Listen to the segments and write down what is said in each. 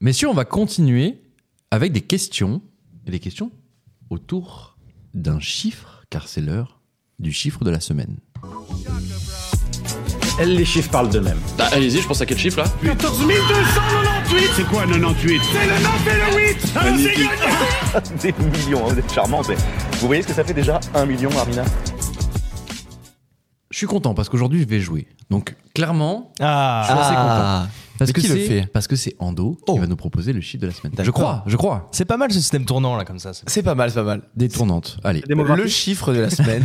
Messieurs, on va continuer avec des questions. Et des questions autour d'un chiffre, car c'est l'heure du chiffre de la semaine. Les chiffres parlent d'eux-mêmes. Bah, allez-y, je pense à quel chiffre là 14 298 C'est quoi 98 C'est le 9 et le 8 Alors c'est gagné Des millions, hein, vous êtes charmants. mais Vous voyez ce que ça fait déjà Un million, Armina Je suis content parce qu'aujourd'hui, je vais jouer. Donc, clairement, Ah, je suis assez content. Parce Mais que qui le c'est- fait Parce que c'est Ando Oh. qui va nous proposer le chiffre de la semaine. Je D'accord. crois, je crois. c'est pas mal ce système tournant là comme ça. c'est- C'est pas mal, c'est pas mal. Détournante. Allez, Le chiffre de la semaine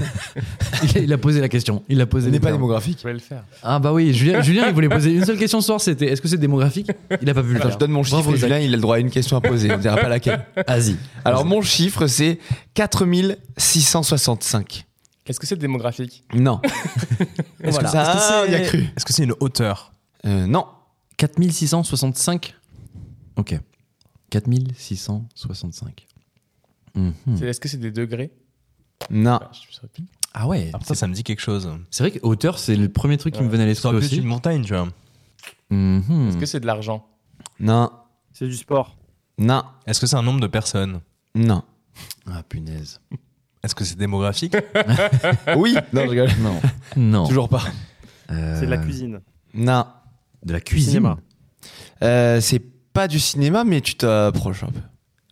il a- il a posé la question. Il a posé. n'est pas la- démographique. vais le faire. Ah bah oui, Julien, Julien, il voulait poser une seule question ce soir, c'était est-ce que c'est démographique Il a pas vu le Attends, faire. je donne mon chiffre Bravo, et Julien, il a le droit à une question à poser. On dira pas laquelle. Vas-y. Alors, mon chiffre, c'est 4665. Est-ce que c'est démographique Non. Est-ce Voilà. que ça Est-ce que Ah, c'est- on y a cru Est-ce que c'est une hauteur Euh, Non. 4665. Ok. 4665. Mhm. C'est- Est-ce que c'est des degrés Non. Ah, je saurais plus. Ah ouais. Ça, ça me dit quelque chose. C'est vrai que hauteur, c'est le premier truc qui me venait à Ça l'esprit aurait pu être aussi. une montagne, tu vois. Mhm. Est-ce que c'est de l'argent Non. C'est du sport. Non. Est-ce que c'est un nombre de personnes Non. Ah punaise. Est-ce que c'est démographique Oui. Non, je rigole. Non. Non. Toujours pas. Euh, C'est de la cuisine. Non. De la cuisine. Cinéma. Euh, c'est pas du cinéma, mais tu t'approches un peu.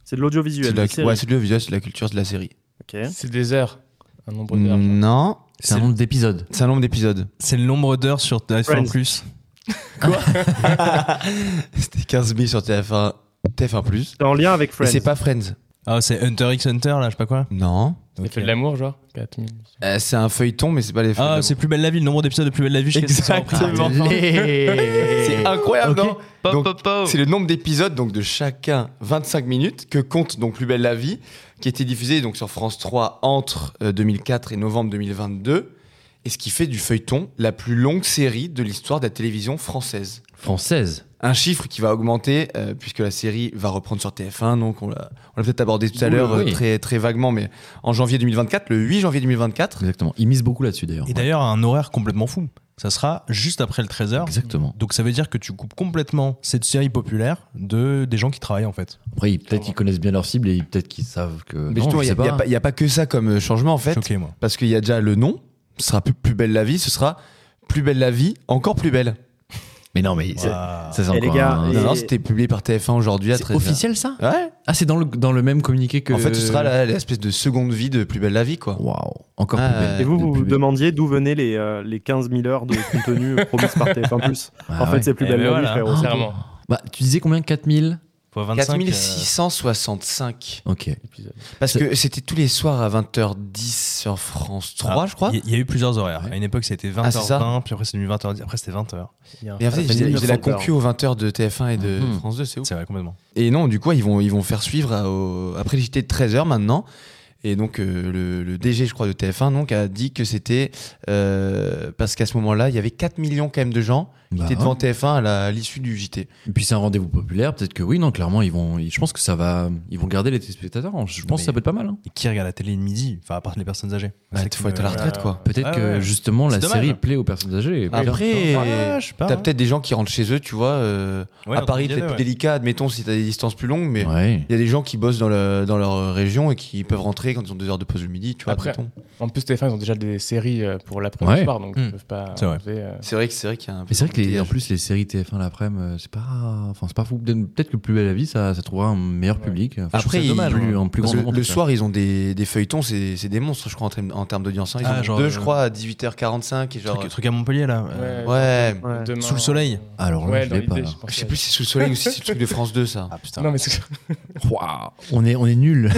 C'est de C'est l'audiovisuel. de la- des séries. ouais, c'est de l'audiovisuel, c'est de la culture, c'est de la série. Ok. C'est des heures Un nombre Hmm, d'heures genre. Non. C'est un nombre d'épisodes. C'est un nombre d'épisodes. C'est le nombre d'heures sur TF1 Friends. Plus. C'était 15 000 sur TF1, TF1+. Plus. C'est en lien avec Et Friends. c'est pas Friends. Ah, c'est Hunter x Hunter là, je sais pas quoi. Non. Ça fait de l'amour, genre 4000. Euh, c'est un feuilleton, mais c'est pas les feuilletons. Ah, c'est Plus Belle la Vie, le nombre d'épisodes de Plus Belle la Vie, je sais que c'est ça. Exactement. C'est incroyable, non Donc, C'est le nombre d'épisodes donc de chacun 25 minutes que compte donc Plus belle la vie, qui était diffusé donc sur France 3 entre euh, 2004 et novembre 2022, et ce qui fait du feuilleton la plus longue série de l'histoire de la télévision française. Française. Un chiffre qui va augmenter euh, puisque la série va reprendre sur TF1, donc on l'a on l'a peut-être abordé tout à Oui, l'heure euh, oui. très très vaguement, mais en janvier 2024, le 8 janvier 2024. Exactement. Ils misent beaucoup là-dessus d'ailleurs. Et d'ailleurs, un horaire complètement fou. Ça sera juste après le 13h. Exactement. Donc ça veut dire que tu coupes complètement cette série populaire de des gens qui travaillent en fait. Après, ils- peut-être qu'ils connaissent bien leur cible et ils- peut-être qu'ils savent que. Mais justement, il n'y a, il y a pas- il y a pas que ça comme euh, changement en fait. Choqué moi. Parce qu'il y a déjà le nom, ce sera plus, plus belle la vie, ce sera plus belle la vie, encore plus belle. Mais non, mais. c'est- Waouh. Ça, c'est Eh, les encore gars, un- Et- Non, non, c'était publié par TF1 aujourd'hui à C'est 13h. officiel ça Ouais. Ah, c'est dans le, dans le même communiqué que. En fait, ce sera la- l'espèce de seconde vie de plus belle la vie, quoi. Waouh, encore Ah, plus belle. ouais. Et vous, vous Plus vous belle. demandiez d'où venaient les, euh, les 15 000 heures de contenu euh, promises par TF1+. Ah en fait, ouais. c'est plus Eh belle ben la vie, voilà, frérot. Clairement. Bah, tu disais combien 4000 Fois euh, 25, 4665. Ok. Épisode. Parce C'est- que Euh, c'était tous les soirs à 20h10 sur France euh, 3, je crois. Il y- il y, a eu plusieurs horaires. Ouais. À une époque, c'était Ah, c'est ça 20h20, puis après, c'était 20h10, après, c'était 20h. Il y a un- Et en fait, Ça ils fait faisaient- ils faisaient la 1900 concu aux 20h de TF1 et de Mhm. France 2, c'est ouf. C'est vrai, complètement. Et non, du coup, ils vont, ils vont faire suivre à- au- après les JT de 13h maintenant. Et donc, euh, le, le DG, je crois, de TF1 donc, a dit que c'était euh, parce qu'à ce moment-là, il y avait 4 millions quand même de gens qui Bah, étaient devant TF1 à la- à l'issue du JT. Et puis c'est un rendez-vous populaire, peut-être que oui, non, clairement, ils vont, ils- je pense que ça va, ils vont garder les téléspectateurs. Je pense Mais- que ça peut être pas mal. hein. Et qui regarde la télé de midi Enfin, à part les personnes âgées. Bah, C'est faut être à comme, la euh, retraite, quoi. Peut-être Ah que ouais. justement la C'est dommage. série plaît aux personnes âgées. Et peut-être- Après, euh, Ah, Ah, Ouais, je sais pas. hein. t'as peut-être des gens qui rentrent chez eux, tu vois. euh, Ouais, à entre Paris, c'est guillemets, peut-être plus ouais. délicat, admettons, si t'as des distances plus longues, mais il ouais. y a des gens qui bossent dans, le- dans leur région et qui peuvent rentrer quand ils ont deux heures de pause le midi, tu vois, Après- admettons. En plus, TF1, ils ont déjà des séries euh, pour l'après-midi Ouais. soir, donc Mm. ils peuvent pas. C'est vrai. enlever, euh, C'est vrai que c'est vrai qu'il y a un peu Mais c'est vrai que les- en d'embouteillage. plus les séries TF1 l'après-midi, euh, c'est pas, enfin c'est pas fou. Peut-être peut-être que plus belle la vie, ça, ça trouvera un meilleur Ouais. public. Enfin, je Après, trouve ça ils- dommage, hein. plus, ouais. en plus Parce grand que nombre, le en tout cas. soir, ils ont des, des feuilletons, c'est c'est des monstres, je crois, en, termes- en termes d'audience. hein. Ils Ah, en ont genre, deux, euh, je crois, à 18h45 et genre. Truc, truc à Montpellier, là. Euh, ouais, ouais. Ouais. demain, Sous le soleil. euh, Alors là, ouais, je dans l'ai pas. l'idée, là. je pense, Je sais ouais. plus si c'est sous le soleil ou si c'est le truc de France 2, ça. Ah putain. Non, mais c'est Waouh, on est, on est nul.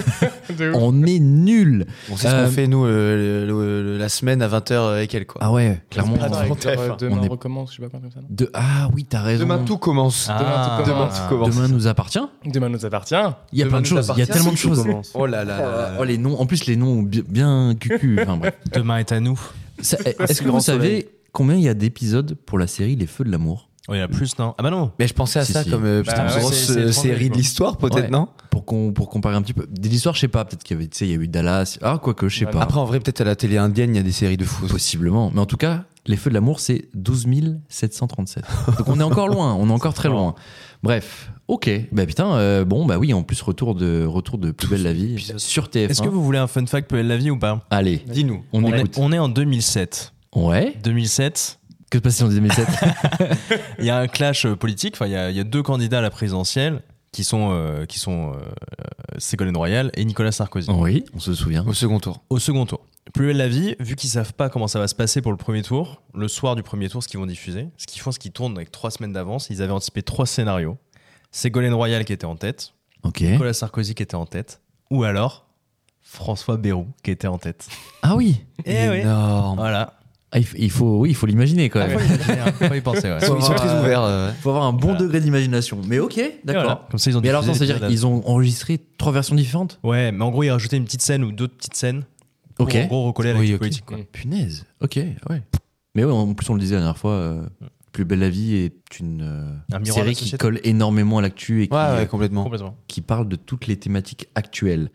de ouf. on est nul. On sait Euh, ce qu'on fait, nous, euh, le- le- le- la semaine à 20h et quelques, quoi. Ah ouais, clairement. pas Attends, dans on- les- avec TF1. leur, euh, Demain On est- recommence, je sais pas quoi comme ça, non De... Ah oui, t'as raison. Demain, tout commence. Ah, Demain, tout Demain, tout ah. commence. Demain nous appartient. Demain nous appartient. Il y a plein Demain de nous choses. Il y a appartient, tellement de si tout choses. commence. Oh là là là là. Oh les noms. En plus les noms bi- bien cucu. Enfin bref. Demain est à nous. Ça- eh, Est-ce que grand vous savez combien il y a d'épisodes pour la série Les Feux de l'amour Oh, il y en a plus, non Ah bah non. Mais je pensais à Si, ça si. comme euh, Bah putain, ouais, grosse c'est- c'est euh, étranger, série de quoi. l'histoire, peut-être, Ouais. non Pour qu'on pour comparer un petit peu. Des histoires, je sais pas. Peut-être qu'il y avait, tu sais, il y a eu Dallas. Ah quoi que je sais Ouais, pas. Après, en vrai, peut-être à la télé indienne, il y a des séries de fou. aussi. Possiblement. Mais en tout cas, Les Feux de l'amour, c'est 12 737. Donc on est encore loin, on est encore très loin. Bref, ok. Bah putain, euh, bon, bah oui, en plus, retour de, retour de Plus belle la vie sur TF1. Est-ce que vous voulez un fun fact Peut-elle la vie ou pas Allez, Dis-nous. on, est- écoute. on est en 2007. Ouais. 2007, Que se passe-t-il en 2007 il y a un clash euh, politique. Enfin, il y, a- il y a deux candidats à la présidentielle qui sont, euh, qui sont euh, euh, Ségolène Royal et Nicolas Sarkozy. Oui, on se souvient. Au second tour. Au second tour. Plus belle la vie, vu qu'ils savent pas comment ça va se passer pour le premier tour, le soir du premier tour, ce qu'ils vont diffuser, ce qu'ils font, c'est qu'ils tournent avec trois semaines d'avance. Ils avaient anticipé trois scénarios. Ségolène Royal qui était en tête, Ok. Nicolas Sarkozy qui était en tête, ou alors François Bayrou qui était en tête. Ah oui. Eh oui. Énorme. Voilà. Ah, il f- il faut, oui, il faut l'imaginer quand même. Ah, Faut y penser, ouais. Ils sont, ils sont très ouverts. euh. Il faut avoir un bon degré d'imagination. Mais ok, d'accord. Voilà. Comme ça, ils ont Mais alors, ça diffusé veut dire l'épisode qu'ils ont enregistré trois versions différentes à- Ouais, mais en gros, ils rajoutaient une petite scène ou deux petites scènes pour Ok. en gros recoller à la Oui, vie ok. politique. quoi. Punaise. Ok, ouais. Mais ouais, en plus, on le disait la dernière fois, euh, Plus belle la vie est une euh, Un miroir de la série qui société. colle énormément à l'actu et qui, Ouais, ouais, complètement. Complètement. qui parle de toutes les thématiques actuelles.